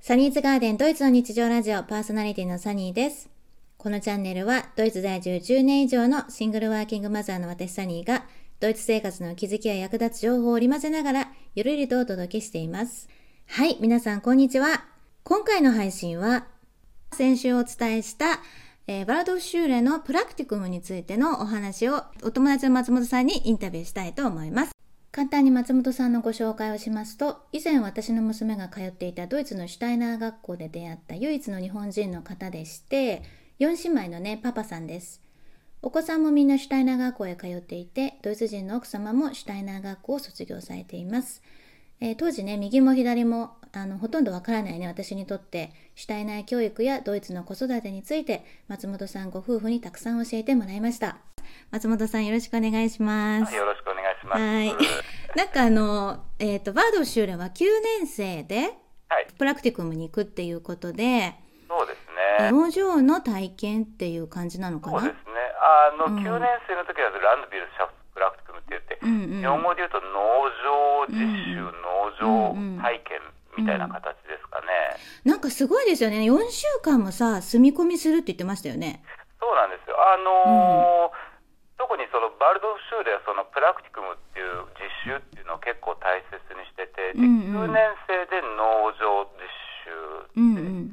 サニーズガーデンドイツの日常ラジオパーソナリティのサニーです。このチャンネルはドイツ在住10年以上のシングルワーキングマザーの私サニーがドイツ生活の気づきや役立つ情報を織り交ぜながらゆるりとお届けしています。はい、皆さんこんにちは。今回の配信は先週お伝えした、えーバラドフシューレのプラクティクムについてのお話をお友達の松本さんにインタビューしたいと思います。簡単に松本さんのご紹介をしますと以前私の娘が通っていたドイツのシュタイナー学校で出会った唯一の日本人の方でして4姉妹のねパパさんですお子さんもみんなシュタイナー学校へ通っていてドイツ人の奥様もシュタイナー学校を卒業されています、えー当時ね右も左もあのほとんどわからないね私にとってシュタイナー教育やドイツの子育てについて松本さんご夫婦にたくさん教えてもらいました松本さんよろしくお願いしますよろしくお願いします。はいなんかあの、えっ、と、バードシューレは9年生ではいプラクティクムに行くっていうことで、そうですね。農場の体験っていう感じなのかそうでなすね。あの、うん9年生の時はランドビルシャフプラクティクムって言って、うんうん。日本語で言うと農場実習、う農うんうん場体験みたいな形ですかね。なんかすごいですよね。4週間もさ、住み込みするって言ってましたよね。そうなんですよ。あのー特にそのバルドフシューではそのプラクティクムっていう実習っていうのを結構大切にしてて、うでんうん9年生で農場実う習ん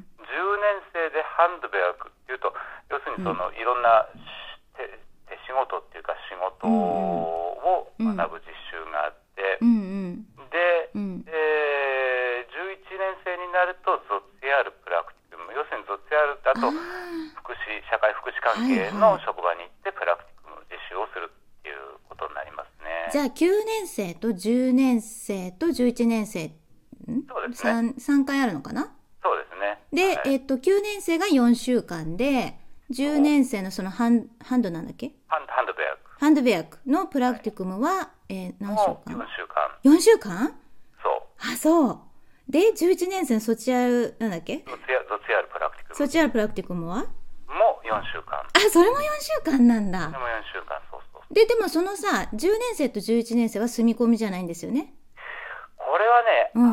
うん。 10年生でハンドベアクっていうと要するにそのいろんなして手仕事っていうか仕事をうんうん学ぶ実習があってう、んで、うん。うん。えー11年生になるとゾツヤールプラクティクム要するにゾツヤールだあとー福祉社会福祉関係はのいはい職場に行ってプラクティクムの実習をするっていうことになりますね。じゃあ9年生と10年生と11年生、んそうですね ?3、3回あるのかなそうでで、すねはいえっと、9年生が4週間で、10年生のそのハン、ハンドなんだっけハンハンドベアクハンドベアクのプラクティクムは、えー何週も4間週間 ?4 週間そうあ、そう。で、11年生のソチアル、なんだっけゾツヤゾツヤールプラクティクソムチアルプラクティクムはも4週間。あ、それも4週間なんでだ。も4週間、そうそう。で、でもそのさ、10年生と11年生は住み込みじゃないんですよね。これは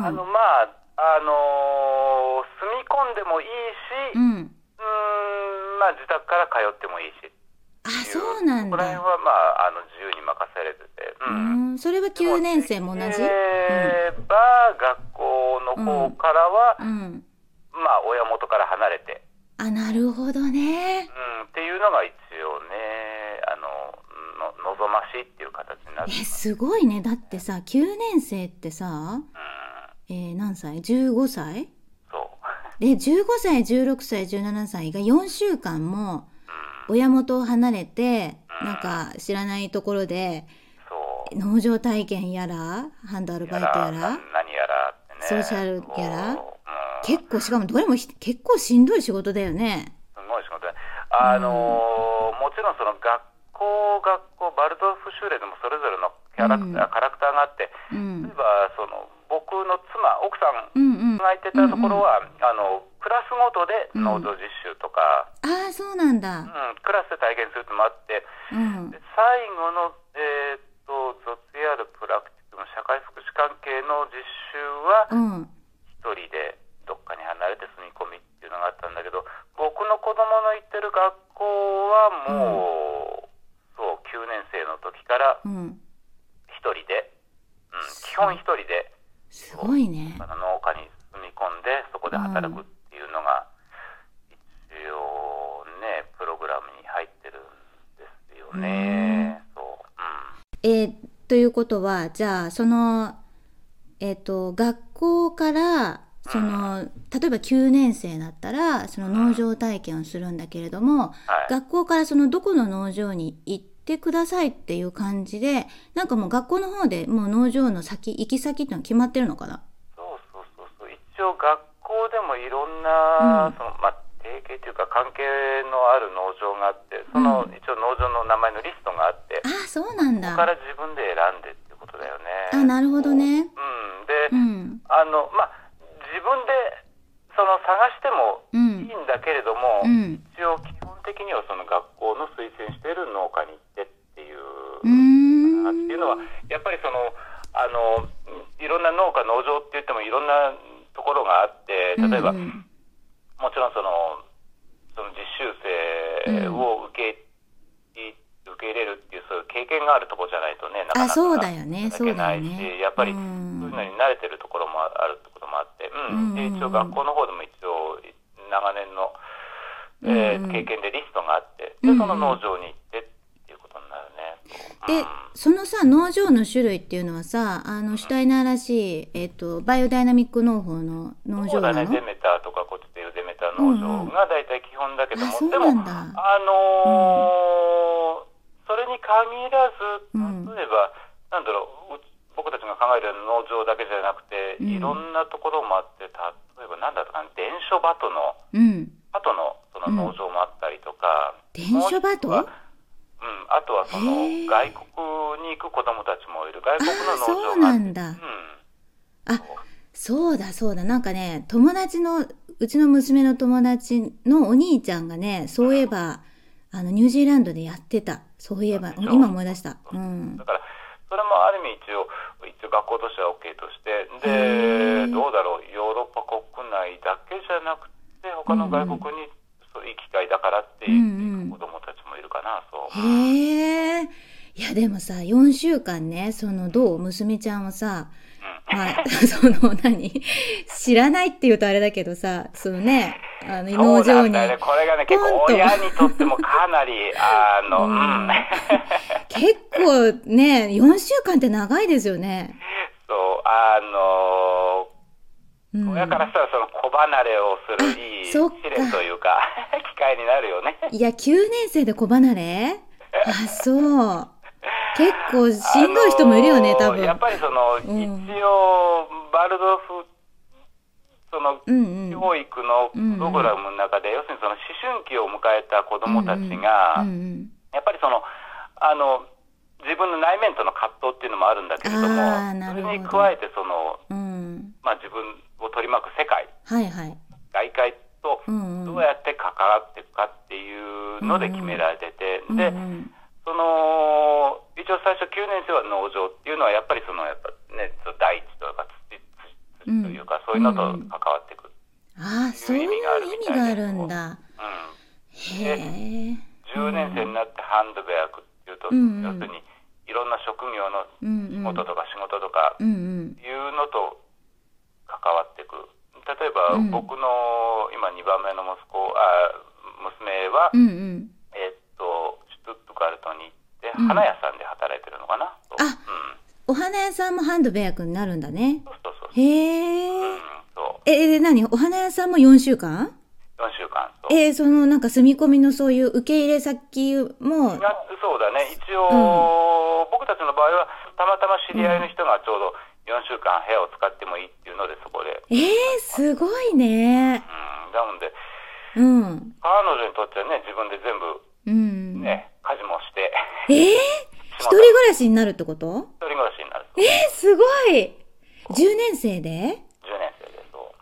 うね、んあの、まあ、あのー住み込んでもいいし、ううんん。ーん、まあ、自宅から通ってもいいしっていう。あ、そうなんここら辺だ。は、まあ、あの、自由に任されてて。ううん。ん、それは9年生も同じえー、ば、学校の方からは、うん。うん。まあ、親元から離れて、あ、なるほどね。うん、っていうのが一応ね、あの、の望ましいっていう形になえ、る。すごいね。だってさ、9年生ってさ、うん、えー何歳 ?15 歳そう。で15歳16歳17歳が4週間もうん、親元を離れてなんか知らないところでそう。農場体験やらハンドアルバイトやら何やらってねソーシャルやらそううん結構しかもどれもひ結構しんどい仕事だよね。すごい仕事ねあのーもちろんその学校学校バルドフシューレでもそれぞれのキャラクター、うんキャラクターがあってう例えん、ばその僕の妻奥さんうんうんあが行ってたところは、あのクラスごとで農場実習とか、あそうなんうんだ。クラスで体験するってのもあってうんで最後のえーっとゾツヤルプラクティックの社会福祉関係の実習はうん一人でどっかに離れて住み込みっていうのがあったんだけど僕の子供の行ってる学校はもう、そう9年生の時からうん一人で、うん、基本一人ですごいねあ。の農家に住み込んでそこで働くっていうのが一応ねプログラムに入ってるんですよね。そううんえーということはじゃあそのえっ、と学校からその例えば9年生だったらその農場体験をするんだけれどもはい学校からそのどこの農場に行ってくださいっていう感じでなんかもう学校の方でもう農場の先行き先っていうのは決まってるのかなそうそうそうそう一応学校でもいろんな、うんそのまあ、提携というか関係のある農場があってその、うん一応農場の名前のリストがあってああそうなんそこかだら自分で選んでっていうことだよね。あなるほどねうん、で、うんあのまあ自分でその探してもういいんんだけれども、うん一応基本的にはその学校の推薦している農家に行ってっていううーんっていうのはやっぱりそのあのいろんな農家農場って言ってもいろんなところがあって例えば、うんうんもちろんそのその実習生を受け,、受け入れるっていうそういう経験があるところじゃないとねなかなあかそうだよねいただけないしそうだよねやっぱりうそうんいうのに慣れてるところもあるってこともあって、うんでうんうんうん一応学校の方でも一応長年の、えーうんうん経験でリストがあってうんうでんその農場に行ってっていうことになるね。でうんそのさ農場の種類っていうのはさあのシュタイナーらしい、えっとバイオダイナミック農法の農そ場うだなね、のゼメタとかこっちでいうゼメタ農場が大体基本だけども、あそうでもなんだあのーそれに限らずうん例えば、なんだろううち僕たちが考える農場だけじゃなくて、うんいろんなところもあって例えばなんだろうな伝書バトのうんバトのその農場もあったりとか、電書バトもう一つはうん、あとはそのへー外国に行く子どもたちもいる外国あーの農場そうがなあってんだうんそうだそうだなんかね友達のうちの娘の友達のお兄ちゃんがねそういえばあのニュージーランドでやってたそういえばそうでしょ今思い出したうんだから、それもある意味一応、一応学校としては OK として、へで、ーどうだろう、ヨーロッパ国内だけじゃなくて、他の外国に、そういい機会だからって言っていく子供たちもいるかな、そう。へえいやでもさ4週間ねそのどう娘ちゃんをさまあ、 その何知らないって言うとあれだけどさそのねあのそ農うな場んにだよね。これがね、結構ポンと親にとってもかなり、あの、うん、結構ね4週間って長いですよね。そう、あの、うん、親からしたらその子離れをするいい試そっか練というか、 機会になるよね。いや、9年生で子離れあ、そう。結構しんどい人もいるよね、あ多のー分。やっぱりその、うん一応バルドフそのうんうん。教育のプログラムの中で、要するにその思春期を迎えた子どもたちが、うんうんやっぱりそのあの自分の内面との葛藤っていうのもあるんだけれどもあーなるほどそれに加えてその、うんうん。まあ、自分を取り巻く世界はいはい。外界とうんうん。どうやって関わっていくかっていうので決められてて、うんで、うんその一応最初9年生は農場っていうのはやっぱりそのやっぱねその大地とか土土土というか、そういうのと関わってくる、ああ、そういう意味があるんだ。うん、へえ。 10年生になってハンドベアクっていうと、うんうん要するにいろんな職業のうん仕うん。事とか仕事とかうんうん。いうのと関わってくる例えばうん僕の今2番目の息子あ娘は、うんうん。えっとシュトゥットガルトに行ってうん花屋さんで働いてるのかな、そうあお花屋さんもハンドベア君になるんだね。うん、そうそうそう、へうんえ。、そうえ、で、何お花屋さんも4週間4週間そうえーそのなんか住み込みのそういう受け入れ先もいやそうだね一応、僕たちの場合はたまたま知り合いの人がちょうど4週間部屋を使ってもいいっていうのでそこで、えー、すごいね。うん、なのでうん。彼女にとってはね自分で全う部ん。ね、家事もしてえー、一人暮らしになるってこと一人暮らしになるえー、すごい !10 年生で10年生でそう、う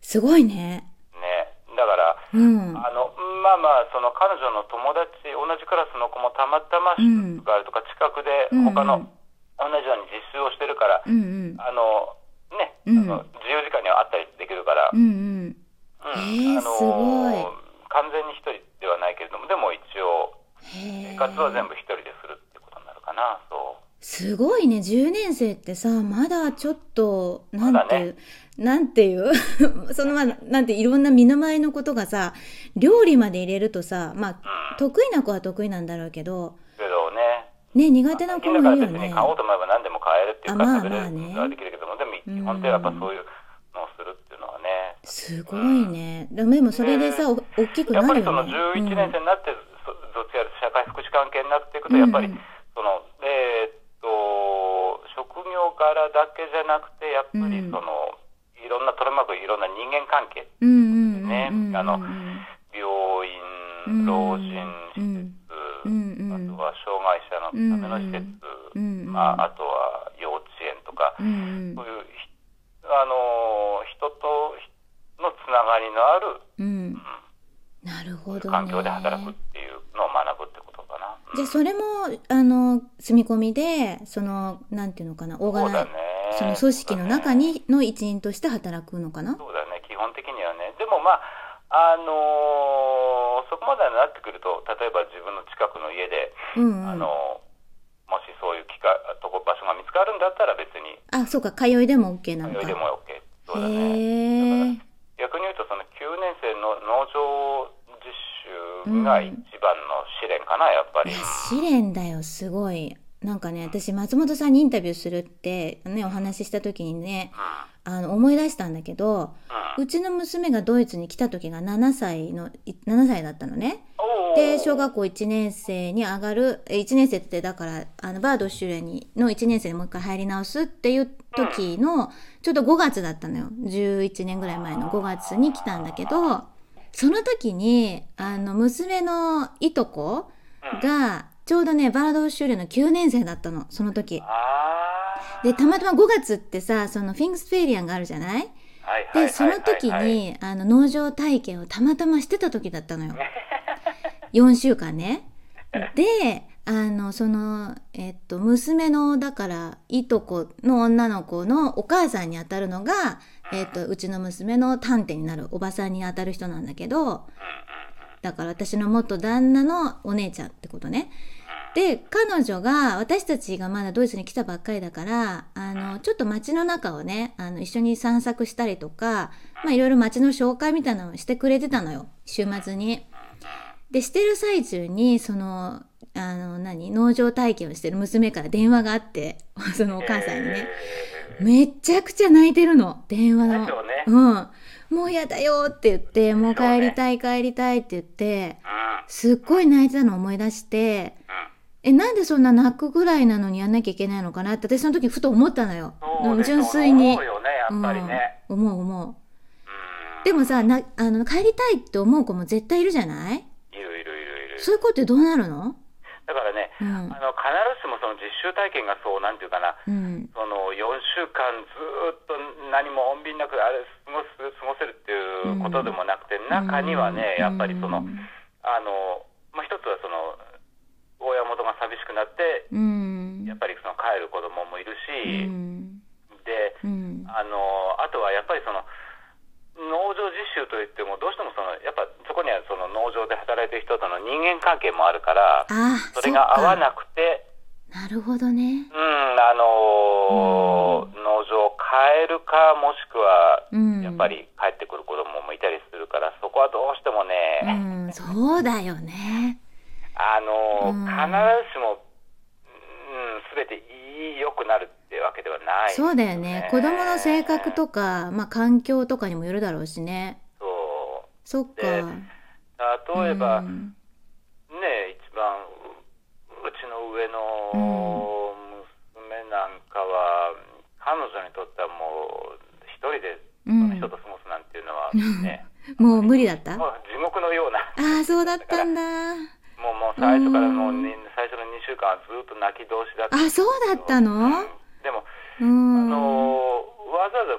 すごいね。ん、ねだからうん。あのまあまあその彼女の友達同じクラスの子もたまたまシュがあるとか近くでうん他の同じように実習をしてるから、うんうん。あのね、うんあの自由時間にはあったりできるから、うんうん。うんえーすごい完全に一人ではないけれどもでも一応へ生え。活は全部一人でするってことになるかなそうすごいね。10年生ってさ、まだちょっと、なんていう、なんていう そのまあ、なんていろんな身の回りのことがさ、料理まで入れるとさ、まあ、得意な子は得意なんだろうけど、けどねね、苦手な子もいるよだから別ねに。買おうと思えば何でも買えるっていうかあまあ食べれるまあねことはできるけどもでも基本的にはやっぱそういうのをするっていうのはねすごいね。でもでもそれでさ、お大きくやなっぱるりそのよね。 11年生になってそ卒業社会福祉関係になっていくとうんやっぱりそのえーっと職業柄だけじゃなくてやっぱりうんそのいろんな取り巻くいろんな人間関係うんうんうんねうんうんあの病うん院老人施設うんうんあとは障害者のための施設うんうんまああとは幼稚園とかうんうんそういうひあのー人とのつながりのあるうんなるほどね。環境で働くっていうのを学ぶってことかな。じゃあそれもあの住み込みでそのなんていうのかなオーそうガナだイね。その組織の中にの一員として働くのかな。そうだね。基本的にはねでもまああのーそこまでになってくると例えば自分の近くの家で、うん、うあん。のーもしそういう機会とこ場所が見つかるんだったら別にあ、そうか、通いでも OK なのよか。いでも OK そうだねへえ。逆に言うとその9年生の農場実習が一番の試練かな、やっぱいりや、試練だよ、すごい。なんかね、私、松本さんにインタビューするって、ね、お話しした時にね、あの、思い出したんだけど、うんうちの娘がドイツに来た時が7歳の、い7歳だったのね。おーで、小学校1年生に上がる、え1年生ってだから、あの、バードシュレに、の1年生にもう一回入り直すっていう時の、ちょうど5月だったのよ。11年ぐらい前の5月に来たんだけど、その時に、あの、娘のいとこが、ちょうどね、バードシュレの9年生だったの、その時。あーで、たまたま5月ってさ、そのフィングスフェリアンがあるじゃないはいはいはいはいはいで、その時に、あの、農場体験をたまたましてた時だったの よ。4週間ね。で、あの、その、えっと、娘の、だから、いとこの女の子のお母さんにあたるのが、えっと、うちの娘の探偵になるおばさんにあたる人なんだけど、だから私の元旦那のお姉ちゃんってことね。で、彼女が、私たちがまだドイツに来たばっかりだから、あの、ちょっと街の中をね、あの、一緒に散策したりとか、まあ、いろいろ街の紹介みたいなのをしてくれてたのよ。週末に。で、してる最中に、その、あの、何農場体験をしてる娘から電話があって、 そのお母さんにね。めちゃくちゃ泣いてるの。電話の。でしょうねうん。もうやだよって言って、もう帰りたい帰りたいって言って、すっごい泣いてたのを思い出して、え、なんでそんな泣くぐらいなのにやんなきゃいけないのかなって、私その時ふと思ったのよ。うんうんうんそうでしょう純粋に。思うよねやっぱりね、うん、思う思うんう。でもさ、な、あの、帰りたいって思う子も絶対いるじゃないいるいるいるいるそういう子ってどうなるのだからね、うんあの必ずしもその実習体験がそうなんていうかな、うん。その4週間ずっと何も穏便なくあれ過ごす過ごせるっていうことでもなくて、中にはね、やっぱりその、うんあのまあ、一つはその親元が寂しくなって、うん。やっぱりその帰る子供もいるうし、ん。でうん。あのあとはやっぱりその、農場実習といっても、どうしてもそのやっぱそこにはその農場で働いてる人との人間関係もあるから、ああ、それが合わい。なくて。なるほどね。うん、あのー農場を変えるか、もしくは、うん。やっぱ。り帰ってくる子供もいたりするから、そこはどうしてもうね、ん、そうだよね。あのーうん必ずしも、うん、すべていい、良くなるってわけではない、そうだよね。子供の性格とか、まあ環境とかにもよるだろうしね。そそっか。でう。例えば、うんね、一番、ううちの上の娘なんかは、彼女にとってはもう、一人で、その人と過ごすなんていうのはね、もう無理だった もあう地獄のような、あ、そうだったんだ。もうもう最初からもうね、最初の2週間はずっと泣き通しだったんであ、そすうだったのよでも、うあん。のーわざわざ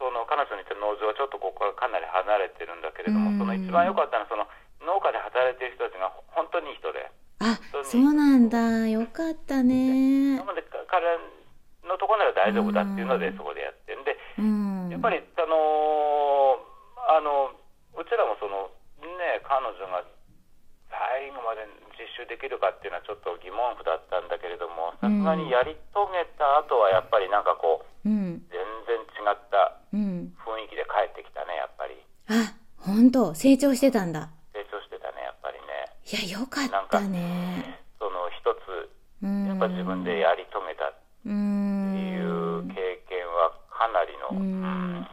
その彼女に言ってる農場はちょっとここからかなり離れてるんだけれども、うんその一番良かったのは、その農家で働いてる人たちが本当にいい人で、あ、そうなんだ。よかったねな。のでか彼のところなら大丈夫だっていうのうで、んそこでやってんで、うん。やっぱり、あのーあのうちらもその、ね、彼女が最後まで実習できるかっていうのはちょっと疑問符だったんだけれどもさすがにやり遂げた後はやっぱりなんかこううん。全然違ったうん。雰囲気で帰ってきたねやっぱりあ、本当成長してたんだ。成長してたねやっぱりねいや、よかったね。その一つうん。やっぱ自分でやり遂げたっうてん。いう経験はかなりの、んうん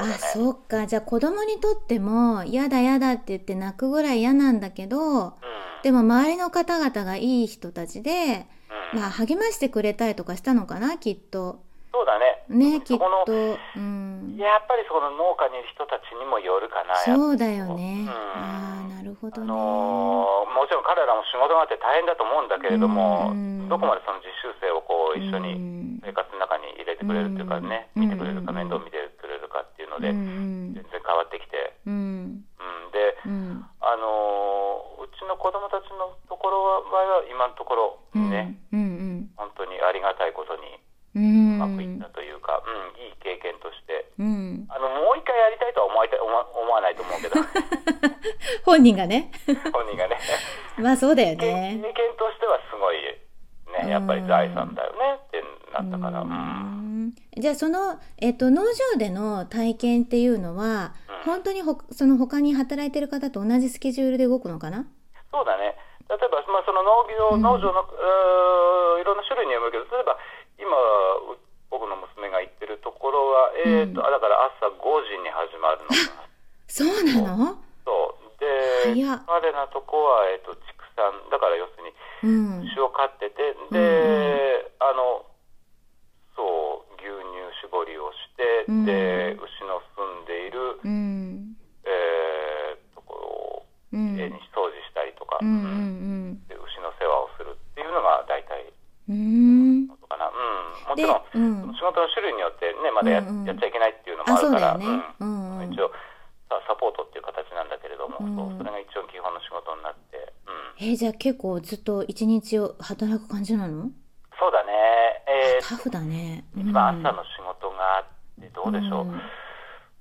あ、そっか。じゃあ子供にとっても、やだやだって言って泣くぐらい嫌なんだけど、うんでも周りの方々がいい人たちで、うんまあ励ましてくれたりとかしたのかな、きっと。そうだねね、きそっこのと。うん。やっぱりその農家にいる人たちにもよるかな、やっぱそうだよね。うんああ、なるほあどね。のーもちろん彼らも仕事があって大変だと思うんだけれども、うんどこまでその実習生をこう一緒うにん生活の中に入れてくれるというかね、うん見てくれるか、面倒見てくれるかっていうので、う全ん然変わってきて、うんうん、で、うんあのーうちの子供たちのところは、今のところうんね、うんうん本当にありがたいことにううんまくいったというか、うん、いい経験として。うんあのもう一回はないと思 うけど本人がね。本人がねまあそうだよ経ね。経験としてはすごいねやっぱり財産だよねってなったから、うんうんじゃあその、えっと、農場での体験っていうのは、うん本当にほその他に働いてる方と同じスケジュールで動くのかなそうだね例えば、まあ、その農業うん農場の、うーいろんな種類によるけど例えば今う僕の娘が行ってるところは、えーとうんあだから朝5時に始まるの かなそうなのそうで早っ彼のとこは、えー、と畜産だから要するにうん。牛を飼っててで、うんあのそう牛乳搾りをして、うんで牛の住んでいる、うん。えーところをう家んに。掃除したりとか、うんうんで牛の世話をするっていうのが大体うん。うん。のことかな、うん、もでちろん、うん。仕事の種類によってねまだや,、うんうんやっちゃいけないっていうのもあ、あるそうかだらよね。ううんんうん一。応さサポートっていう形なんだけれども、うんそうそれが一応基本の仕事になって、うん、えじゃあ結構ずっと一日を働く感じなのそうだね、えタフだね。ー、一番朝の仕事があってどうでしょう、うん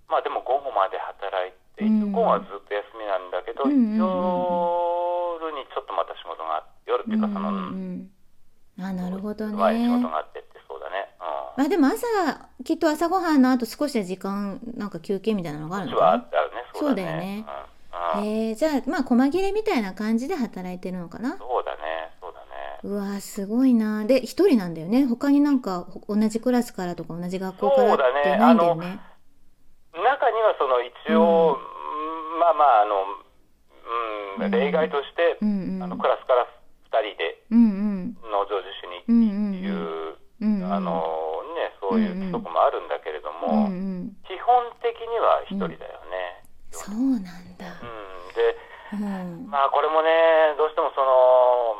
まあでも午後まで働いて、うん午後はずっと休みなんだけど、うんうんうんうん夜にちょっとまた仕事があって夜っていうかその、うんうん、あなるほどね。前に仕事があってってそうだね、うん、まあでも朝きっと朝ごはんの後少しで時間なんか休憩みたいなのがあるうちのはあかるねそうだねな。うんうんえー、じゃあまあ細切れみたいな感じで働いてるのかな。そうだねそうだねうわーすごいな。で一人なんだよね。他になんかほ同じクラスからとか同じ学校からっそうだねてないんだよね。中にはその一応、うんまあまああの、ううんん、例外として、うんうん。あのクラスから2人でうんうん農場自主にうんうっていんう、うんうん。あのね、そういう規則もあるんだけれどうんうも、ん。基本的には一人だよね。そうなんだ。うんで、うん。まあ、これもね、どうしてもその、うん、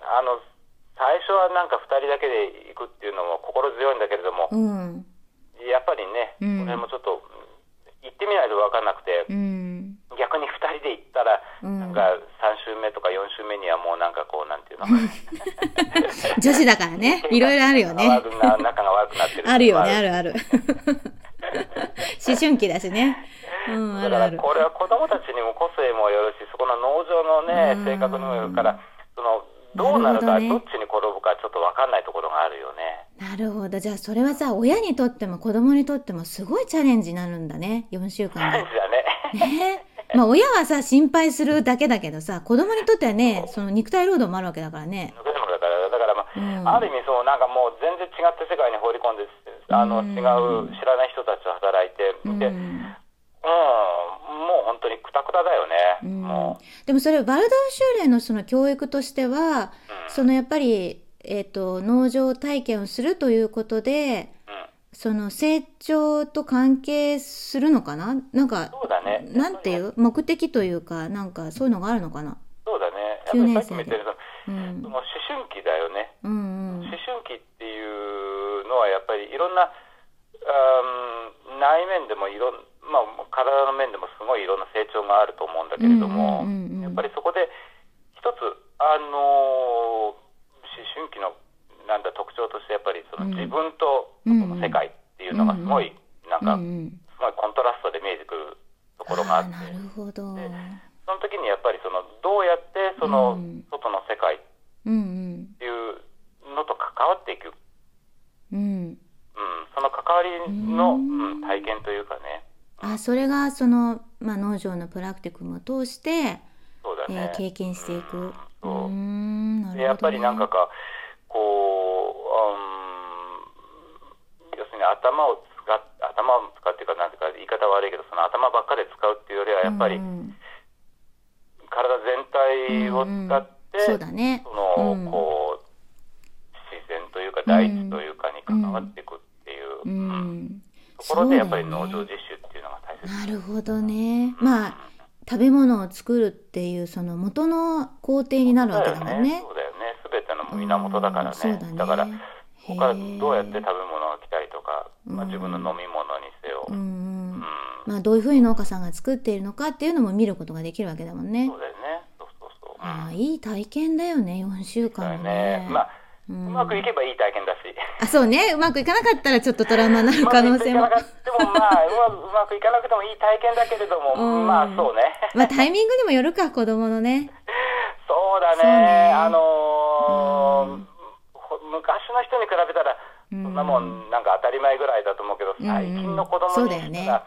あの、最初はなんか2人だけで行くっていうのも心強いんだけれども、うん。やっぱりね、うんこれもちょっと、うん行ってみないと分かんなくて、うん。逆に2人で行ったら、うんなんか3週目とか4週目にはもうなんかこう、なんていうの、女子だからね。いろいろあるよね。悪くな仲が 悪くなってるっていうのもあるよね、あるある。思春期だしね。うん、あだるかあらる。これは子供たちにも個性もよるし、そこの農場のねうん、性格にもよるから、そのどうなるなか、るほどねどっちに転ぶか、ちょっと分かんないところがあるよね。なるほど。じゃあ、それはさ、親にとっても子供にとってもすごいチャレンジになるんだね。4週間感でじだ ね。ねえ。まあ、親はさ、心配するだけだけどさ、子供にとってはね、その肉体労働もあるわけだからね。だから、だからまうんあ、ある意味、そう、なんかもう全然違った世界に放り込んで、あの、うん違う、知らない人たちと働いて、うで、うん、ん。もう本当にクタクタだようね。んもう、でもそれバルダウ修練のその教育としては、そのやっぱり、えっと農場体験をするということでうん、その成長と関係するのかななんかそうだね。なんていう目的というかなんかそういうのがあるのかな、そうだね。やっぱ九り年さっ生きも言ったけど、うそん、の思春期だよね。うんうん思春期っていうのはやっぱりいろんな、うん内面でもいろん、まあ、体の面でもすごいいろんな成長があると思うんだけれども、うんうんうんうんやっぱりそこで一つ、あのー思春期のなんだ特徴としてやっぱりそうのん自分とうんうん外の世界っていうのがすごい、なんうんうんかすごいコントラストで見えてくるところがああっーなて。るほど、でその時にやっぱりそのどうやってそうのん外の世界っうんていうのと関わっていくうんうんうん、その関わりうの、うんん体験というかね、あそれがその、まあ、農場のプラクティクムを通して、そうだえねー。経験していくうそうーんなるほど、でね、やっぱりなんかか、こう、うん、要するに頭を使っ頭を使っていうか、なんていうか、言い方悪いけど、その頭ばっかで使うっていうよりは、やっぱりうん体全体を使って、うんそうだねその、うんこう、自然というか、大地というかに関わっていくっていう、ううんんところでやっぱりそうだよ農ね場実習っていうのが大切。なるほどね。まあ、食べ物を作るっていう、その元の工程になるわけだもんねそう。だよね。すべての源だからね。うんそうだね。から、ここからへえどうやって食べ物が来たりとか、まあ、うん自分の飲み物にせよ、ううんんうん。まあ、どういうふうに農家さんが作っているのかっていうのも見ることができるわけだもんねそう。だよね。そうそうそう。ああ、いい体験だよね、4週間だよもねね。。まあ、ううんまくいけばいい体験だし。 あ、そうね。うまくいかなかったらちょっとトラウマになる可能性も うまくいかなかったでもまあうまうまくいかなくてもいい体験だけれども、うんまあそうね。 まあタイミングにもよるか、子供のね。そうだそうねね。あのーうんほ昔の人に比べたら、うそんんなもんなんか当たり前ぐらいだと思うけど、うん最近の子そ供うにだよしねたら、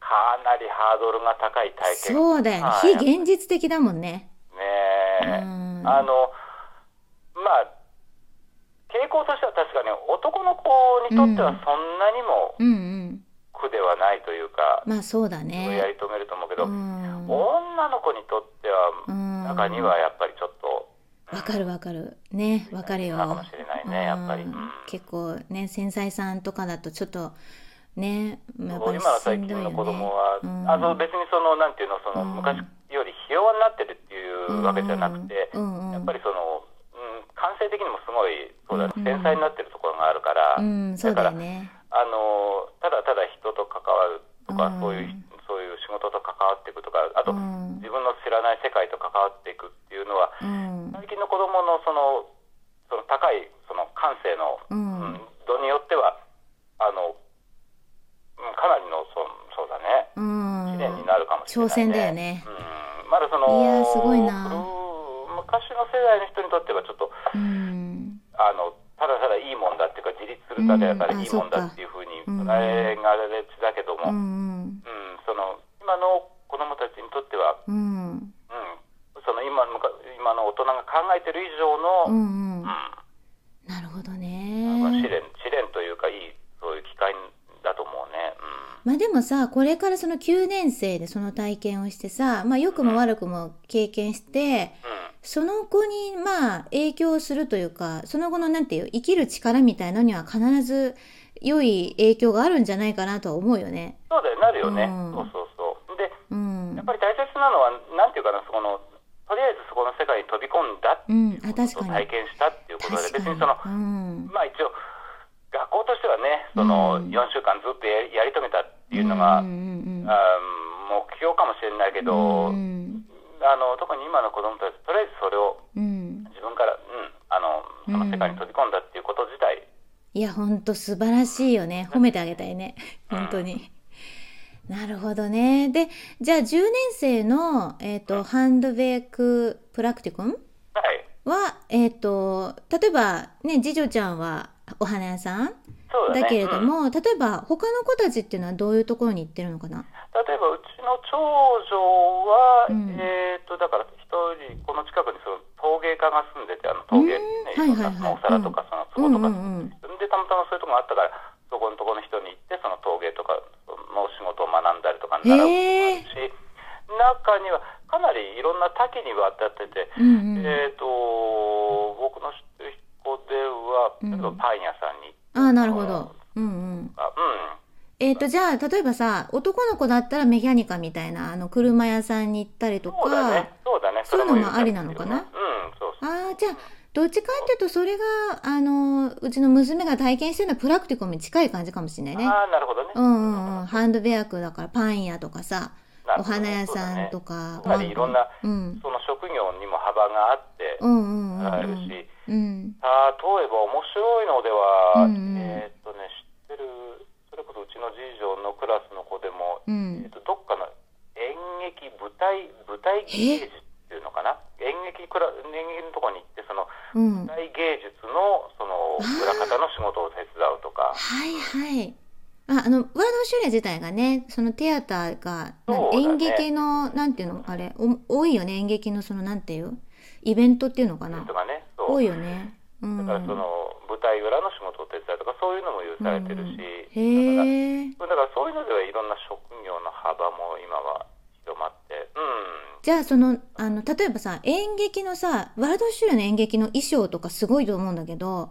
かなりハードルが高い体験。そうだよねは。非い現実的だもんね。ねえ、うんあのまあ傾向としては確かに男の子にとってはそんなにもうんうん。苦ではないというか、まあそうだやね。り留めると思うけうど、ん。わ女の子にとってうはん中にはやっぱりちょっと、かるわかる。ね、わかるよ。かもしれないねやっぱりうんうん結構ね、繊細さんとかだとちょっと、ね、やっぱり今のし最んどいよね。近の子供は、うんあの別にそのなんていうのそのうん昔よりひ弱になってるっていうわけじゃなくて、うんうんやっぱりその、うん、感性的にもすごいそうだ、ねうん繊細になってるところがあるから、うん、そうだだかよらね。あのただただ人と関わるとか、うんそういうそういう仕事と関わっていくとかあうと、ん自分の知らない世界と関わっていくっていうのはうん。最近の子供のそのその高いその感性の、うん度によってはあの、うん、かなりのそそうだねうん試練になるかもしれ挑ない、ね、戦だよねうん、まだそのいやーすごいなうん昔の世代の人にとってはちょっとうん。あのただただいいもんだっていうか自立するためだからうんあいいもんだっていうふうに捉えがられがちだけうども、うんんその今の子供たちにとっては、うん。うん。うん、その今の今の大人が考えてる以上うの、んうんうん。なるほどまあ試ね。練試練というかいいそういう機会だと思うね。まあでもさ、これからその9年生でその体験をしてさ、まあ良くも悪くも経験して、うんうんその子にまあ影響するというか、その後のなんていう、生きる力みたいのには必ず良い影響があるんじゃないかなとは思うよね。そうだよなるよね、うんそうそうそうでうんやっ。ぱり大切なのはなんていうかなそこのとりあえずそこの世界に飛び込んだっていうんうあこと確かをに体験したっていうことで確か別に。にそのうん。まあ一応学校としてはねそのうん4週間ずっとやりやり遂げたっていうのが、うんうんうんあー目標かもしれないけど、うんあの特に今の子供たちとりあえずそれをうん。自分から、うん、あのその世界に飛び込んだっていうこと自体、いや、ほんと素晴らしいよね。褒めてあげたいね。本当に。なるほどね。で、じゃあ10年生の、えっ、と、ハンドベークプラクティコンはいは、えっ、と、例えば、ね、次女ちゃんはお花屋さんそうだ,、ね、だけれどうんも、例えば他の子たちっていうのはどういうところに行ってるのかな例えばうちの長女は、うんえっ、とだから一人この近くにその陶芸家が住んでてあの陶芸、ねうんいろんはいはいなはいお皿とかそのう壺んうとか、んうん。でたまたまそういうとこがあったからそこのとこの人に行ってその陶芸とかの仕事を学んだりとか習うこともあへえるし中にはかなりいろんな多岐にわたってて、うんうん。えっ、と僕の知ってる子ではうん例えばパン屋さんにああ、なるほど。うんうん。あうんえっ、と、じゃあ、例えばさ、男の子だったらメキャニカみたいな、あの、車屋さんに行ったりとか、そうだねそうだねそういうのもそれありなのかなうんそうそうああ、じゃあ、どっちかっていうと、それが、あの、うちの娘が体験してるのはプラクティコムに近い感じかもしれないね。ああ、なるほどね。うんうんうん。ハンドベアクだから、パン屋とかさ、なおるほど花ね屋さんとか。そうだねつまりいろんな、うん。その職業にも幅があって、うんうんうんうん。あるし、うん。あ例えば面白いのでは、うんうんえーっとね、知ってる、それこそうちの次女のクラスの子でも、うんえーっとどっかの演劇、舞台、舞台芸術っていうのかな、演劇クラ演劇のところに行って、そのうん。舞は台芸術のその裏方の仕事を手伝うとか。いはい。あ、あの、ワードシュレ自体がね、そのテアターが、そうなだね演劇の、なんていうの、あれ、お多いよね、演劇のその、なんていう、イベントっていうのかなと。かね、そう多いよね。うん。だからその舞台裏の仕事を手伝うとかそういうのも許されてるし、だへえ。からだからそういうのではいろんな職業の幅も今は広まってうんじゃあそのあの例えばさ演劇のさワルドシュレの演劇の衣装とかすごいと思うんだけどうんうんあ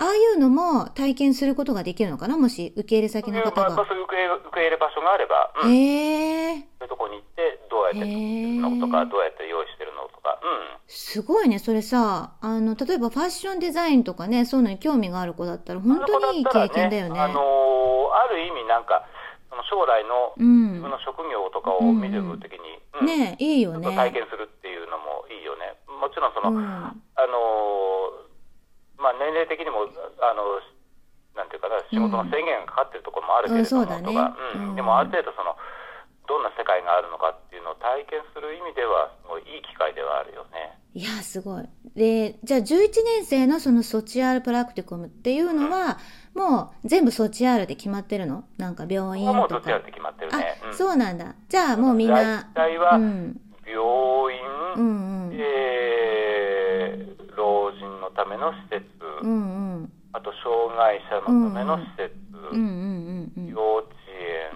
あいうのも体験することができるのかなもし受け入れそ先ういのう方まあが。そういう受け入れ受け入れ場所があれば、うん、へえそういうとこに行ってどうやって作ってるのとへかーどうやって用意してるのとかうんすごいねそれさあの例えばファッションデザインとかねそういうのに興味がある子だったら本当にいい経験だよね。あのーある意味なんかその将来のう自分んの職業とかを見る時に、うんねえいいよちょっと体ね。験するっていうのもいいよねもちろんその、うんあのーまあ、年齢的にもあのなんていうかな、仕事の制限がかかってるところもあるけれども、うんあそうだねとかううんん、でもある程度その、どんな世界があるのかっていうのを体験する意味では、すごいいい機会ではあるよね。いやーすごい。で、じゃあ11年生のそのソチアールプラクティコムっていうのは、もう全部ソチアールで決まってるのなんか病院ここはもうとどちらかっ。て決まってるあね。、うんそうなんだ。じゃあもうみんな、大体はうん、病院、うんうん、えー老人のための施設、うんうん、あと障害者のための施設、うんうんうんうん、幼稚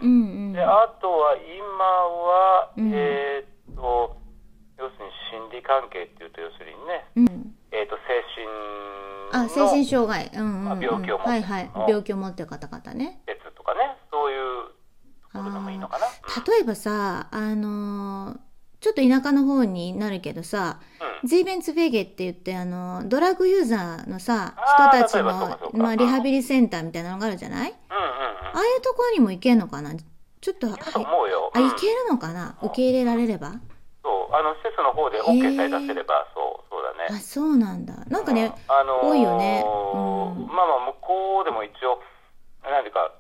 う園、んうんで、あとは今は、うんえーっと、要するに心理関係っていうと、要するにね、うん、えーっと、精神のあ、精神障害、うんうん、うあん、病気を持ってるはいはい、うん病気を持ってる方々ね。施設とかね、そういうところでもいいのかな。例えばさ、あのーちょっと田舎の方になるけどさ、うんゼーベンツフェゲって言ってあのドラッグユーザーのさあー人たち例えばそうかその、うかまあ、リハビリセンターみたいなのがあるじゃないうんうんああいうところにも行けるのかなちょっとうん。いると思うよ。あうん行けるのかな受け入れられればそう、あの施設の方で OK さえ出せれば、そう、そうだあね。そうなんだなんかうんね、あのー多いよねうんまあまあ、向こうでも一応、何ていうか、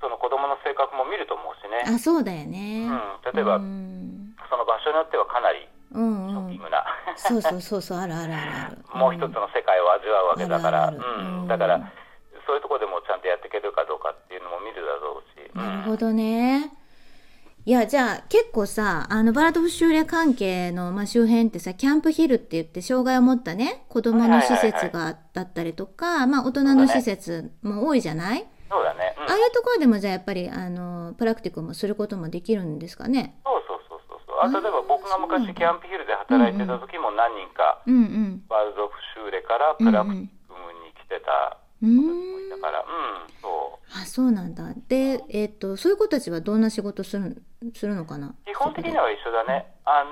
その子供の性格も見ると思うしね。あそうだよね、うん、例えば、うんその場所によってはかなりうんショうッキンんグな、 そうそうそうそうあるあるあるあるもう一つの世界を味わうわけだから、あうるあるうんん、だから、そういうところでもちゃんとやっていけるかどうかっていうのも見るだろうし、うんなるほどね。いや、じゃあ結構さ、あの、バラドフ修例関係の、まあ、周辺ってさ、キャンプヒルって言って障害を持ったね、子供の施はいは設いがだったりとか、まあ、大人の施設も多いじゃない、そうだね、うんああいうところでもじゃあやっぱり、あの、プラクティックもすることもできるんですかねそうそうそうそうそう、あ例えば僕があーそうなんだ昔、キャンプヒルで働いてた時も、何人か、うんうん。ワールド・オフ・シューレからプラクティクムに来てたう子いーたん。から、うん、そう。あ、そうなんだ。で、えっ、と、そういう子たちはどんな仕事する、するのかな基本的には一緒だね、あ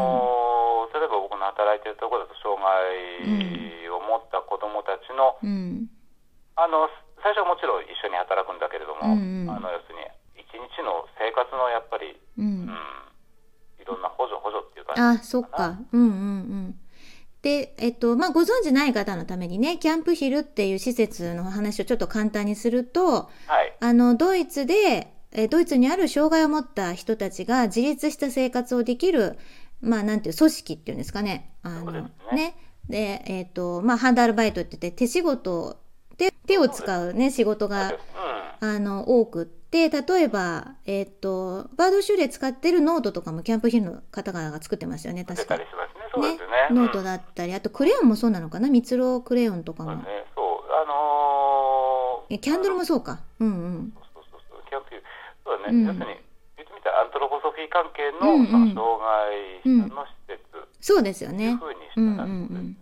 のー例えば僕の働いてるところだと、障害を持った子供たちの、うん。あの最初はもちろん一緒に働くんだけれども、うんうんあの要するに一日の生活のやっぱり、ううんん、いろんな補助補助っていうか、あ、そっか。うんうんうん。で、えっと、まあ、ご存知ない方のためにね、キャンプヒルっていう施設の話をちょっと簡単にすると、はい、あの、ドイツで、えドイツにある障害を持った人たちが自立した生活をできる、まあ、なんていう、組織っていうんですかね。あそうでの、すね。で、えっと、まあ、ハンダールバイトって言って手仕事で、手を使うね、仕事がそうですうあの多くって例えば、えっとバードシュレ使ってるノートとかもキャンプヒルの方々が作ってましたよねん、出確たかりねしますね、そうですよね。ノートうんだったりあとクレヨンもそうなのかな蜜ろクレヨンとかそうもですね、そう、あのえー、キャンドルもそそうかうんうそうそうそう、キャンプいうそうだうね、ん要するに言ってみたらアントロポソフィー関係の,、うんうんその障害者の施設ってそうですよいうねふうにしたんですね、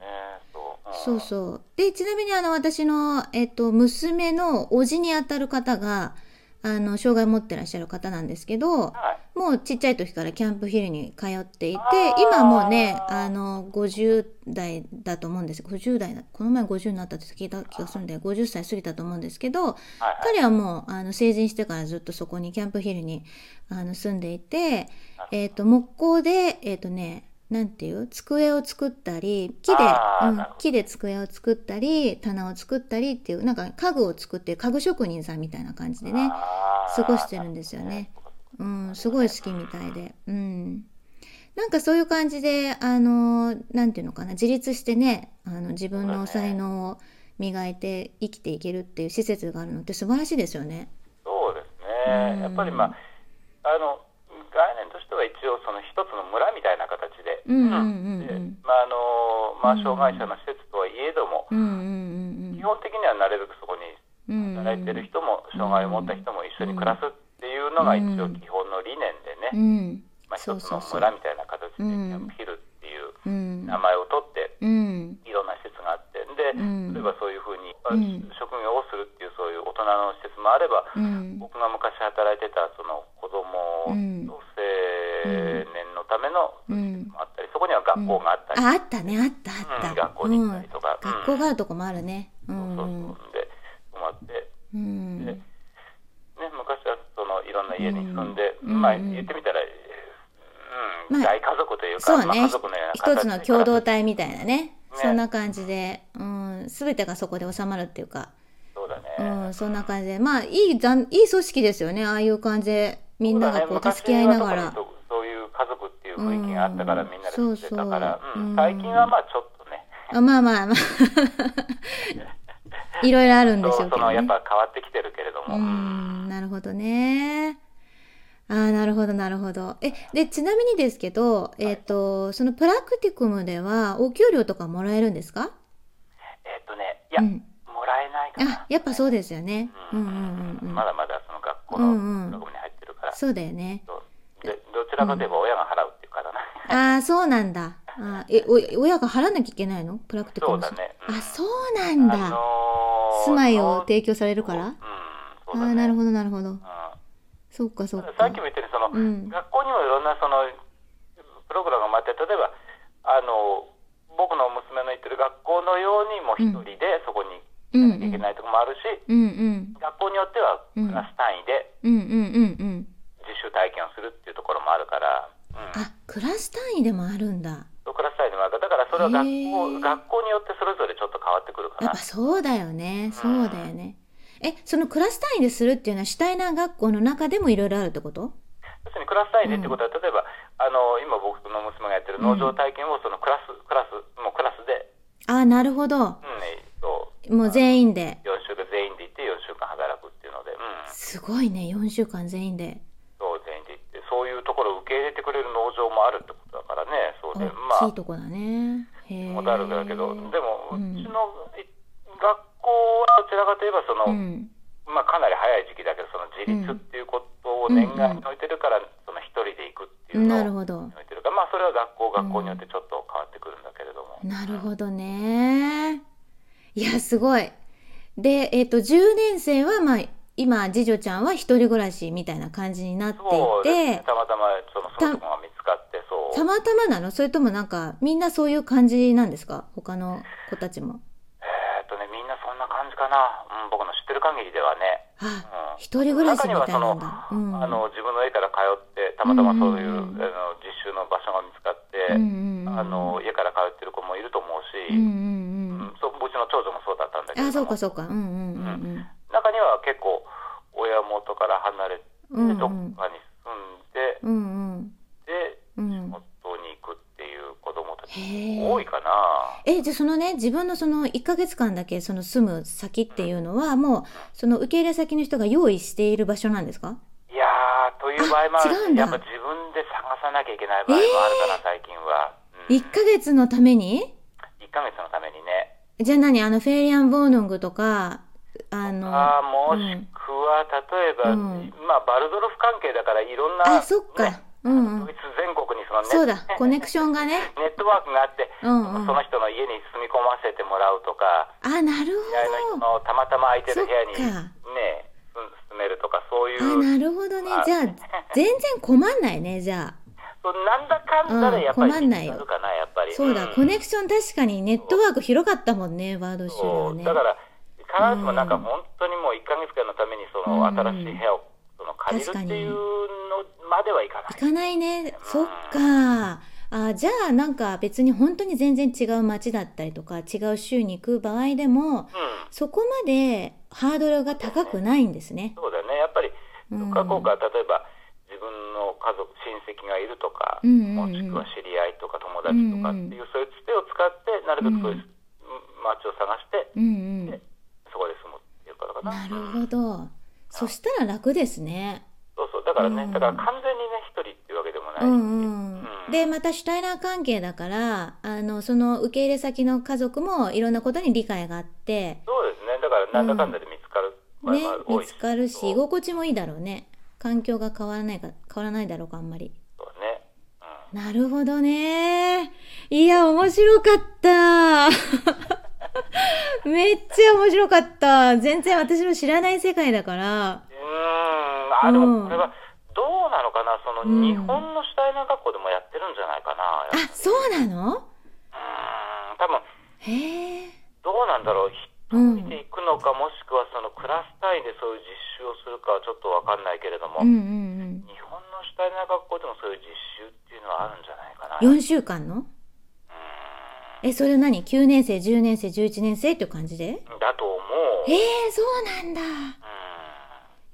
そう、んそうそうでちなみにあの私の、えっと娘の叔父にあたる方があの障害持ってらっしゃる方なんですけどはい、もうちっちゃい時からキャンプヒルに通っていてあー今もうねあの50代だと思うんです50代だこの前50になったって聞いた気がするんで50歳過ぎたと思うんですけどはい、はい。彼はもうあの成人してからずっとそこにキャンプヒルにあの住んでいて、えっと木工で、えっとね、なんていう机を作ったり木で、あーうんなるほど木で机を作ったり棚を作ったりっていうなんか家具を作って家具職人さんみたいな感じでねあ過ーごしてるんですよね。うん、すごい好きみたいで。うん。なんかそういう感じで、あの、なんていうのかな、自立してね、あの、自分の才能を磨いて生きていけるっていう施設があるのって素晴らしいですよね。そうですうんね、やっぱり、まあ、あの概念としては一応、その一つの村みたいな形で、うんうんうんうんでまああのまあ、障害者の施設とはいえども、うんうん基本的にはなるべくそこにうんうん。働いてる人も、障害を持った人も一緒に暮らすっていうのが一応、基本の理念でうね、ん。まあ、一つのそうそうそう村みたいな形で、キうんャンプヒルっていううん。名前を取って、うん。いろんな施設があって、でうん例えばそういうふうに、ん職業をするっていう、そういう大人の施設もあれば、うん。僕が昔働いてたその子供とうん青年のためのうん。あったりそこには学校があったり、あ、あったね、あったあうっんた。学校に行ったりとかうんうん学校があるとこもあるね。うん。そううそうそうで泊まって、ね、ん。で昔はそのいろんな家に住んで、うんまあうん言ってみたら、えーうんまあ大家族というか、そうまあね、家族のような一つの共同体体みたいなねそんな感じで、うん、全てがそこで収まるっていうか、そうだね、うん、そんな感じで。まあ、いいざん、いい組織ですよね。ああいう感じで、みんながこう、助け合いながら。そうだね昔は特にそそういう家族っていう雰囲気があったから、うんみんなで住んでたから、そううそうん最近はまあちょっとね、あまあまあ まあ。いろいろあるんでしょそううけそどのやねっ。ぱ変わってきてるけれどうも、ん、なるほどね。ああ、なるほど、なるほど。え、で、ちなみにですけど、えっ、と、そのプラクティクムでは、お給料とかもらえるんですかえっとね、いや、うんもらえないかあな、。やっぱそうですよね。うんうんうんうん。まだまだその学校うんうんの学部に入ってるから、そうだよね。そうでどちらかといえば親が払うっていうからな。ああ、そうなんだ。あーえ、お、親が払わなきゃいけないのプラクティクムそうだねうんあ、そうなんだ。あのー住まいを提供されるからうん、あそあうだー、ね。なるほど、なるほど。うんそうか、そうさかっき。も言ったようにその、うん学校にもいろんなそのプログラムがあって例えばあの僕の娘の行ってる学校のようにもう一人でそこにうんうん行かなきゃいけないとこもあるし、うんうん。学校によってはクラス単位でうんうんうんうん。実習体験をするっていうところもあるから、うん、あ、クラス単位でもあるんだ。クラス単位でもあるからだからそれは学へー校学校によってそれぞれちょっと変わってくるかやっなぱ。そうだよね。そうだよね。え、そのクラス単位でするっていうのは、シュタイナー学校の中でもいろいろあるってこと要するにクラス単位でってことは、例えばあの今僕の娘がやってる農場体験をそのクラスクラスもうクラスで、ああ、なるほど。うんえっともう全員で。 4週間全員で行って4週間働くっていうので、うん、すごいね。4週間全員で。そう全員で行ってそういうところを受け入れてくれる農場もあるってことだからねそうで大きいまあとこだね。へえ。もたるだけどでうもうんちのい学校はどちらかといえばそうの、ん。まあ、かなり早い時期だけどその自立っていうことを念願に置いてるから、その一人で行くっていうなるのをほど。置いてるからまあそれは学校学校によってちょっと変わってくるんだけれども、なるほどね。いや、すごい。で、えっ、と、10年生は、まあ、今、次女ちゃんは一人暮らしみたいな感じになってそうですいねて、たまたまそのそういうとこが見つかってそうたまたまなのそれともなんか、みんなそういう感じなんですか他の子たちも。えーっとねみんなそんな感じかな、うん、僕の知ってる限りではねあ、うん一人暮らしみたいなんだ。中うにん。はその、あの自分の家から通ってたまたまそういうう、んうんうんあの実習の場所が見つかって、うんうんうんあの家から通ってる子もいると思ううし、んううんうん。そううちの長女もそうだったんだけどあ、そうか中そうか。うんうんうんうん。には結構親元から離れて、うんうんどっかに住んでうんうん。でうん元に行くっていう子供たちへえ。多いかな。え、じゃあそのね、自分のその1ヶ月間だけその住む先っていうのは、もう、その受け入れ先の人が用意している場所なんですかいやーという場合もああ違うるんしだやっぱ自分で探さなきゃいけない場合もあるかな、最近は、うん、 ?1 ヶ月のために1ヶ月のためにねじゃあ何あの、フェイリアン・ボーヌングとか、あの、あーもしくは、例えば、うんまあ、バルドルフ関係だから、いろんな、あ、そっかね。うんうんドイ。ツ全国にそのネそうだ、コネクションがね。ネットワークがあって、うんうんその人の家に住み込ませてもらうとか、あ、なる依頼の人のたまたま空いてる部屋にそっかね、住住めるとか、そういう、ほど。あ、なるほどね。じゃあ、全然困んないね、じゃあ。そうなんだかんだでやっぱり、うん困んないよるかな、やっぱり。そうだ、んコネクション確かにネットワーク広かったもんね、ワード州でそはうね。だから、必ずしもなんか本当にもう1ヶ月間のために、そのうん新しい部屋をその借りるっていうのまではいかない行。かないね。そっか。あじゃあなんか別に本当に全然違う街だったりとか違う州に行く場合でもうんそこまでハードルが高くないんですね。そうだね、やっぱりうん過去から例えば自分の家族親戚がいるとか、うんうんうんもしくは知り合いとか友達とかっていう、そういうつてを使ってなるべくそういう街を探して、うんうん。そこで住むっていうことかななるほど。そしたら楽ですね。そうそうだからね、うんだから完全にね一人っていうわけでもない、うんうんう。んで、またシュタイナー関係だから、あの、その受け入れ先の家族もいろんなことに理解があって、そうですねだからなんだかんだで見つかる場ね、合も多見いし、つかるし、居そう心地もいいだろうね。環境が変わらないか、変わらないだろうか、あんまり。そうね、うんなるほどね。いや、面白かった。 めっちゃ面白かった。全然私の知らない世界だから。うーん、あ、でうんもこれはどうなのかな、そのうん日本の主体の学校でもやってるんじゃないかな、やっあ、そうなのぱうーん、多分へえ。どうなんだろう、一うん人で行くのか、もしくはそのクラス単位でそういう実習をするかはちょっとわかんないけれども、うんうん日本の主体の学校でもそういう実習っていうのはあるんじゃないかな。うん。4週間のうえ、それは何 ?9 年生、10年生、11年生っていう感じでだと思う。ええそうなんだ。うん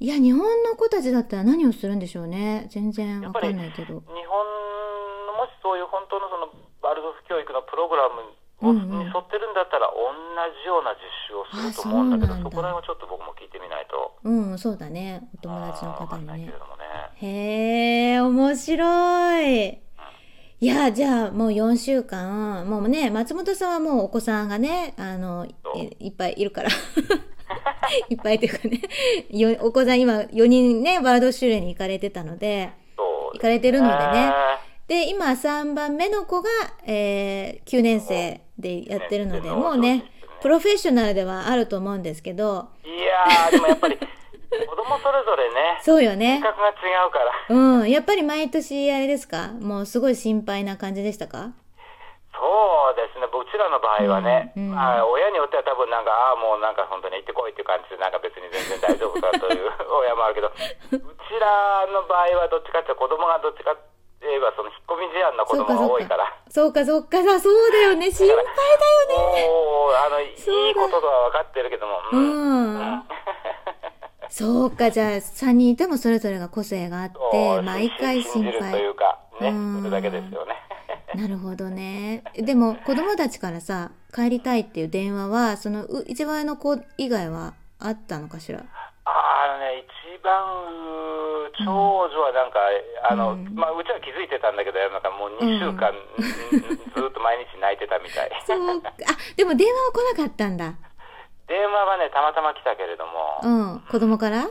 いや、日本の子たちだったら何をするんでしょうね。全然わかんないけど。日本のもしそういう本当のそのバルドフ教育のプログラムをうんうんに沿ってるんだったら同じような実習をすると思うんだけどあそうなんだそこら辺はちょっと僕も聞いてみないとうん、そうだね。お友達のわ方かんにないけねれ。どもねへえ、面白い。いや、じゃあもう4週間、もうね、松本さんはもうお子さんがね、あの、いいっぱいいるから。 いっぱいというかね、よお子さん今4人ね、バードシュレに行かれてたので、行そうですかれてるのでね。ねで、今3番目の子が、えー9年生でやってるので、そうもうそうねですね、プロフェッショナルではあると思うんですけど、いやーでもやっぱり子供それぞれねそうよね性。格が違うからうん、やっぱり毎年あれですかもうすごい心配な感じでしたかそうですね、僕うちらの場合はね、うんうんまあ、親によっては多分なんか、ああ、もうなんか本当に行ってこいっていう感じで、なんか別に全然大丈夫だという 親もあるけど、うちらの場合はどっちかっていうと、子供がどっちかって言えば、その引っ込み思案な子そうか供がそ多ういから、か。そうかそうかさ、そうだよね。心配だよね。もうあのいいそうだこととは分かってるけども、ううん、 ん。そうか、じゃあ3人いてもそれぞれが個性があってそう、毎回心信じるとい配。うか、ね、うんそれだけですよね。なるほどね。でも子供たちからさ、帰りたいっていう電話は、そのう一番上の子以外はあったのかしら。あのね、一番うー長女はなんか、あの、うんまあ、うちは気づいてたんだけど、なんかもう2週間、ずっと毎日泣いてたみ たい。そうか。あ、でも電話は来なかったんだ。電話はね、たまたま来たけれども、うん。子供から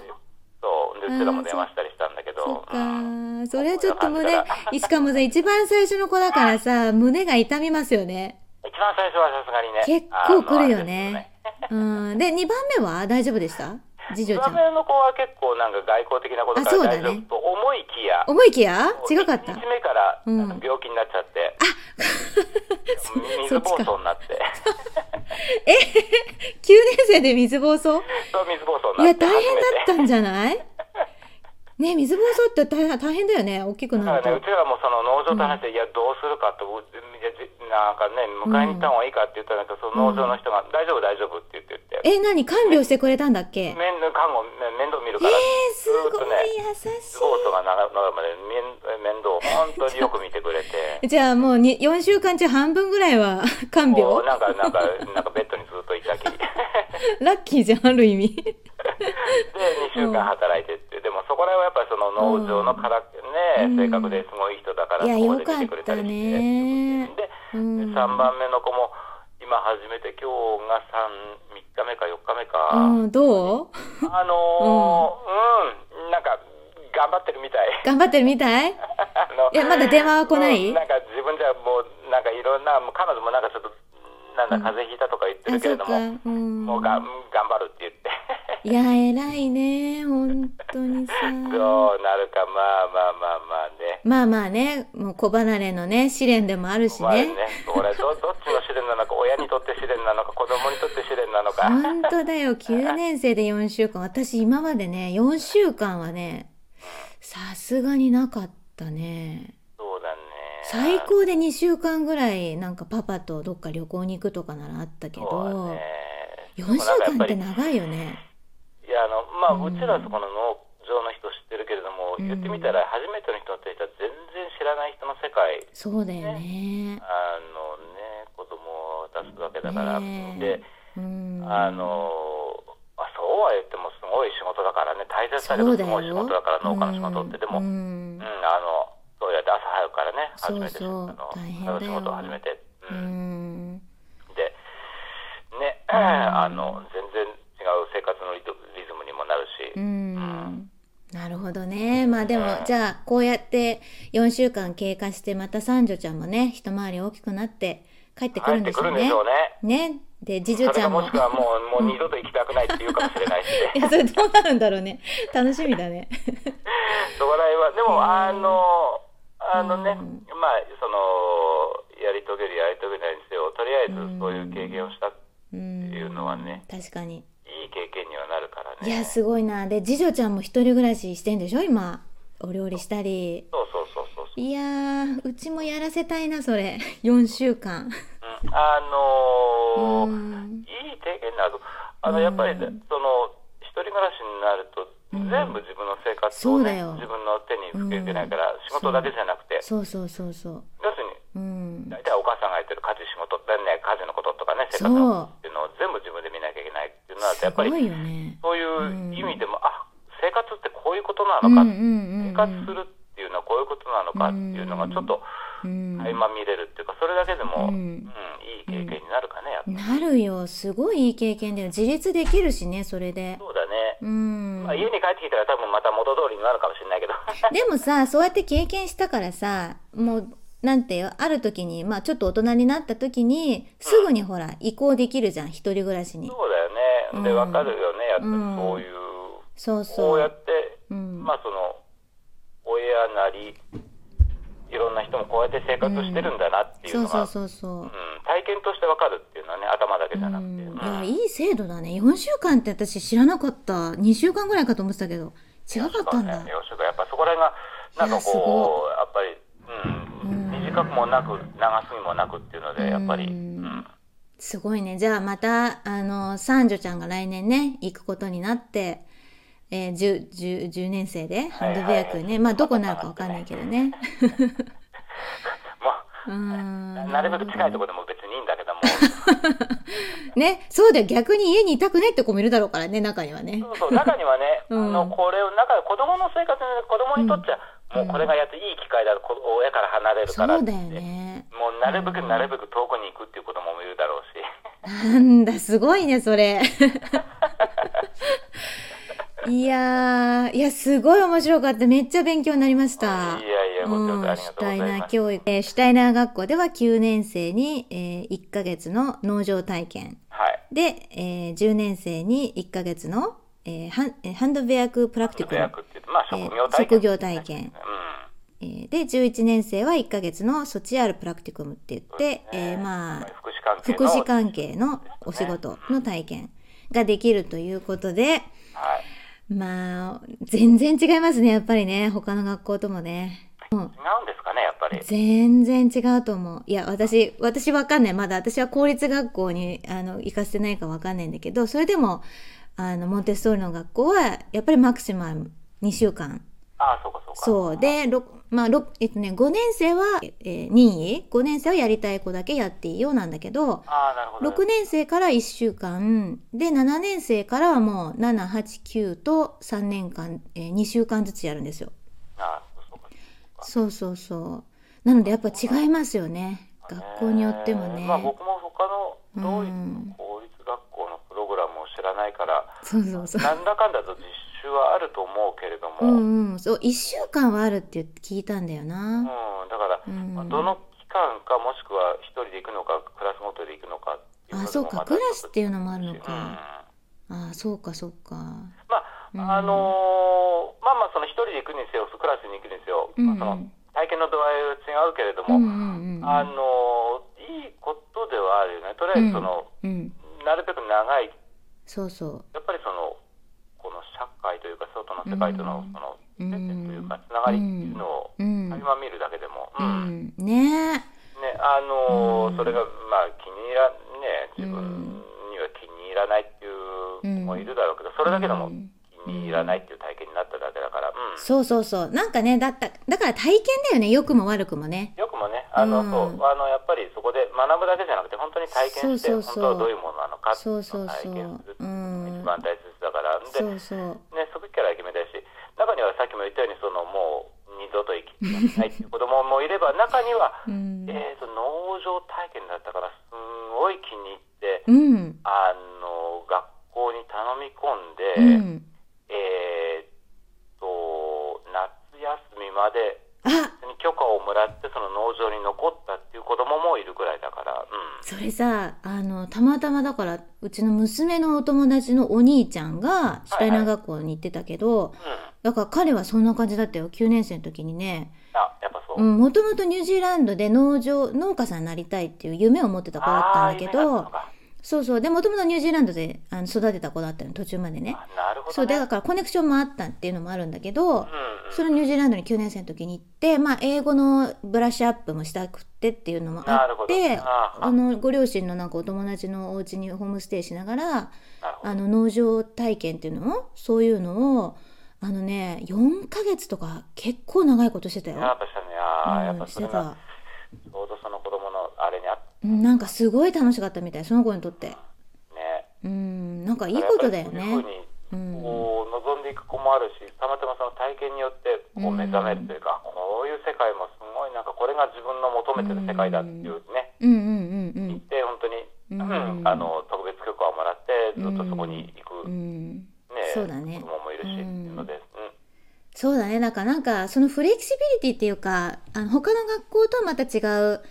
そう、で、うちらも電話したりしたんだけそどっ、うんか。それはちょっと胸、しかもさ、一番最初の子だからさ、胸が痛みますよね。一番最初はさすがにね、結あ構の来るよあれねで。うん。で、2番目は大丈夫でした次す女ちゃよね一番ん。上の子は結構なんか外交的なことあそうからだ大ね丈夫と思いきや、思いきや違かった1。日目からうんなんか病気になっちゃって、 水そっ暴ちか走に なって、 9年生で水暴走そう、水暴走いになや、って、大初変だめ。ってたんじゃないね水暴走って大変大変だよね。大きくだかなるらね、うとち。らもその農場と話して、いや、どうするかと、ういやじなんかね、迎えに行った方がいいかって言ったら、なんかその農場の人が、大丈夫、大丈夫って言って言って、え、何看病してくれたんだっけえー、面看護、ね面倒見るから、すごい優しスポーツが長長いまで面面倒を本当によく見てくれて、 い。じゃあもうに4週間中半分ぐらいは 看も病うなんか、なんか、なんかベッドにずっとい たきり、で、ラッキーじゃん、ある意味。 2週間働いてって、でもそこら辺はやっぱりその農場のから、うんね、性格ですごい人だから、いやそこで見てくれたりよかったして。ねでうん3番目の子も今初めて今日が3 3日目か4日目か、うん、どうあのーうん、なんか頑張ってるみたい 頑張ってるみたいあのいやまだ電話は来ないうんなんか自分じゃもうなんかいろんなもう彼女もなんかちょっとなんだ風邪ひいたとか言ってあ、るそけれうどかも、。うん。もうが頑張るって言っていや、偉いね。本当にさ。どうなるかまあまあまあまあねまあまあね、もう子離れのね、試練でもあるしまあねね。これどどっちの試練なのか親にとって試練なのか子供にとって試練なのか本当だよ。9年生で4週間。私今までね、4週間はね、さすがになかったね。そうだね最高で2週間ぐらい、なんかパパとどっか旅行に行くとかならあったけそうだどね、 4週間って長いよね。いやあのまあ、ううんちらそこの農場の人知ってるけれども、うん言ってみたら初めての人って人は全然知らない人の世界そうだよね。あのね子供を出すわけだから、ねえでうん。あのあそうは言ってもすごい仕事だからね大切だけどすごい仕事だから農家の仕事って、でも、ううんんあのそうやって朝早くからね初めてそうそうあの大変だよ仕事を始めて、ううんんでね、んあの全然違う生活のリズリズムにもなるし。うんなるほどねまあでもじゃあこうやって4週間経過してまた三女ちゃんもね一回り大きくなって帰ってくるんでしょう帰ってくるんでねしょうね。ねで次そ女れちゃかんももしくはもう、もう二度と行きたくないって言うかもしれ ないしね。いやそれどうなるんだろうね楽しみだねそこら辺は、でも、あの、あのね、うんまあ、その、やり遂げるやり遂げないにせよ、とりあえうんずそういう経験をした、うんっていうのはね確かにいい経験にはなるからいね。やすごいなで次女ちゃんも一人暮らししてんでしょ今お料理したりそうそうそうそう。 いやーうちもやらせたいなそれ4週間うん、あのーうんいい経験だと、あのやっぱりね、その一人暮らしになると、全部自分の生活そを、うだねよ自分の手につけてないから、うん仕事だけじゃなくて、そうそうそうそ要すう。るに、うん。大体お母さんがやってる家事、仕事、ね、家事のこととかね、生そ活うのことっていうのを全部自分で見なきゃいけないっていうのは、すやっぱごりいよね。そういう意味でも、あ生活ってこういうことなうのんか、うんうん。生活するっていうのはこういうことなのかっていうのが、ちょっとうん。垣間見れるっていうか、それだけでも、ううんんいい経験になるかね、やっぱり。なるよ。すごいいい経験だよ。自立できるしね、それで。そうだね。うんまあ、。家に帰ってきたら多分また元通りになるかもしれな いけど。でもさ、そうやって経験したからさ、もう、なんていう、ある時に、まあちょっと大人になった時に、すぐにほら、移行できるじゃん、一人暮らしに。そうだよね。で、うんわかるよね。やっぱりうんそういう、そうこそうやう。って、うんまあその、親なり、いろんな人もこうやって生活してるんだなっていうそうのが、そううんそうそう。体験としてわかるっていうのはね、頭だけじゃなうくて。んうんいや、いい制度だね。4週間って私知らなかった。2週間ぐらいかと思ってたけど、違かったんだね。。よしやっぱそこら辺が、なんかこう、やっぱり、うん、短くもなく、長すぎもなくっていうので、やっぱり、うんうんすごいね。じゃあまた、あの、三女ちゃんが来年ね、行くことになって、えー、10, 10, 10年生で、ハンドベークね。はいはいまあ、どこになるかわかんないけどね。まうーあ、ん。なるべく近いところでも別にいいんだけども、ね、そうだよ。逆に家にいたくないって子もいるだろうからね、中にはね。そうそう中にはね、うんあのこれを中で子供の生活で子供にとっちゃ、もうこれがやっていい機会だこ親から離れるそかうらだっよてね。もうなるべくなるべく遠くに行くっていう子供もいるだろうし、なんだ、すごいね、そ れ。いやー、いや、すごい面白かった。めっちゃ勉強になりました。いやいやごちそうさまありがシュとうごタざイいナましたー教育、えーシュタイナー学校では9年生に、え1ヶ月の農場体験。はい、で、えー10年生に1ヶ月の、えーハンえーハンドベアクプラクティク予ル。約って言って、まあ職業えー体職験、業体験。えーで、11年生は1ヶ月のソチアルプラクティクムって言って、えーうん、まあ、福祉関福祉関係係ののお仕事の体験ができるということで、はい、まあ、全然違いますね、やっぱりね、他の学校ともね。違うんですかねやっぱり、全然違うと思う。いや、私、私わかんない。まだ私は公立学校に、あの、行かせてないかわかんないんだけど、それでも、あの、モンテッソーリの学校は、やっぱりマクシマム2週間。ああそうかそうか、そう。で、ろまあ、ろえっとね、5年生は、えー任意 ?5 年生はやりたい子だけやっていいようなんだけど、ああなるほど、 6年生から1週間で7年生からはもう789と3年間、え2週間ずつやるんですよああそうかそうかそうそうそうなのでやっぱ違いますよね学校によってもね、まあ僕も他の同一うんの公立学校のプログラムを知らないから、そうそうそうなんだかんだと実習はあると思うけれどうも、うんんうんそう1週間はあるって聞いたんだよなだから、うんまあどの期間かもしくは一人で行くのかクラスごとで行くのかっていうのあもそうかまクたラスっていうのもあるのうんかあそうかそうかまあ、あのーまあまあその一人で行くにせよクラスに行くにせうよ、んまあその体験の度合いは違うけれどうも、んうんうんあのーいいことではあるよねとりあえずその、うんなるべく長いそうそうやっぱりそのこの社会というか外の世界とのそのうん接点というかつながりっていうのをうん垣間見るだけでも、ううんんねえねあのーうんそれがまあ気に入らね自分には気に入らないっていう子もいるだろうけどそれだけでもうん気に入らないっていう体験になっただけだから、うん、そうそうそう。なんかね、だった、だから体験だよね、良くも悪くもね。よくもねあうの、んそうあのやっぱりそこで学ぶだけじゃなくて本当に体験してそうそうそう本当はどういうものなのかっていうのをそうそうそう体験するうっていうんのが一番大切だから。でそうそう。ね、そこから決めたいし、中にはさっきも言ったように、そのもう二度と生きていけないっていう子供もいれば、中には、うん。えーと、農場体験だったから、すんごい気にう入って、ん。あの、学校に頼みう込んん。で、えーと、夏休みまで、あ、に許可をもらって、その農場に残ったっていう子供もいるぐらいだから、うん。それさ、あの、たまたまだから、うちの娘のお友達のお兄ちゃんが、シュタイナー学校に行ってたけど、うん。だから彼はそんな感じだったよ、9年生の時にね。あ、やっぱそうう。ん、もともとニュージーランドで農場、農家さんになりたいっていう夢を持ってた子だったんだけあー夢があったのど、かそうそう。で、もともとニュージーランドであの育てた子だったの、途中までね。あなるほそう、ど、ね。だからコネクションもあったっていうのもあるんだけど、うんうんそのニュージーランドに9年生の時に行って、まあ、英語のブラッシュアップもしたくってっていうのもあなるほっどて、あああの、ご両親のなんかお友達のお家にホームステイしながら、なるほどあの、農場体験っていうのそういうのを、あのね、4ヶ月とか結構長いことしてたよ。やっぱしたね、ああ、やっうぱん、しそてれがた。ちょうどその子供のあれにあっうんなんかすごい楽しかったみたい、その子にとって。ね。うん、なんかいいことだよやっねぱ。りうそういうふうにんこう望んでいく子もあるし、たまたまその体験によってこう目覚めるというか、こういう世界もすごいなんかこれが自分の求めてる世界だっていうね、うんうんうんうん行って本当に、うんうんあの特別許可をもらってずっとそこに行うく、んねそうだね子供もいるし、っていうので、うん、そうだね。だからなんか、そのフレキシビリティっていうか、あの、他の学校とはまた違う、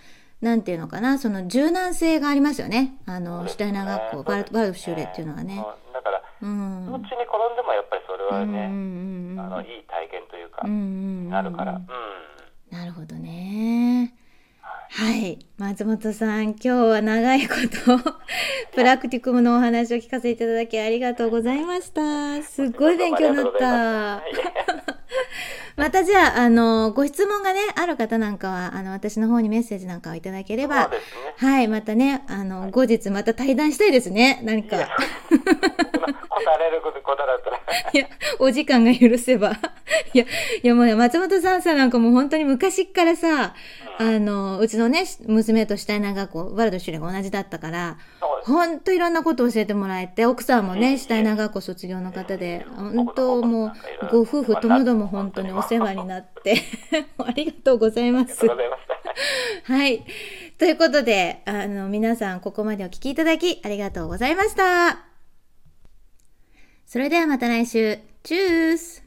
なんていうのかな、その柔軟性がありますよね。あの、シュタイナー学校、バルバルフシューレっていうのはね。うんだから、うん。どっちに転んでもやっぱりそれうはんうね、んうんあのいい体験というか、うんうんうんなるから、うん。なるほどね。はい。松本さん、今日は長い こと、プラクティクムのお話を聞かせていただきありがとうございました。すっごい勉強になっあたり。がとうございました。はいまたじゃあ、あの、ご質問がね、ある方なんかは、あの、私の方にメッセージなんかをいただけれ そうばで、すね。はい、またね、あの、後日また対談したいですね、何いか。や 答えられること答えだったら。いや、お時間が許せば。 いや、いやもうね、松本さんさ、なんかもう本当に昔っからさ、あの、うちのね、娘とシュタイナー学校、ワールドシュレが同じだったから、そうです。ほんといろんなことを教えてもらえて、奥さんもね、シュタイナー学校卒業の方で、本当もう、ご夫婦ともども本当にお世話になって、 ありがとうございまあり がすとう。ございまし た。はい。ということで、あの、皆さんここまでお聞きいただきありがとうございました。それではまた来週。チュース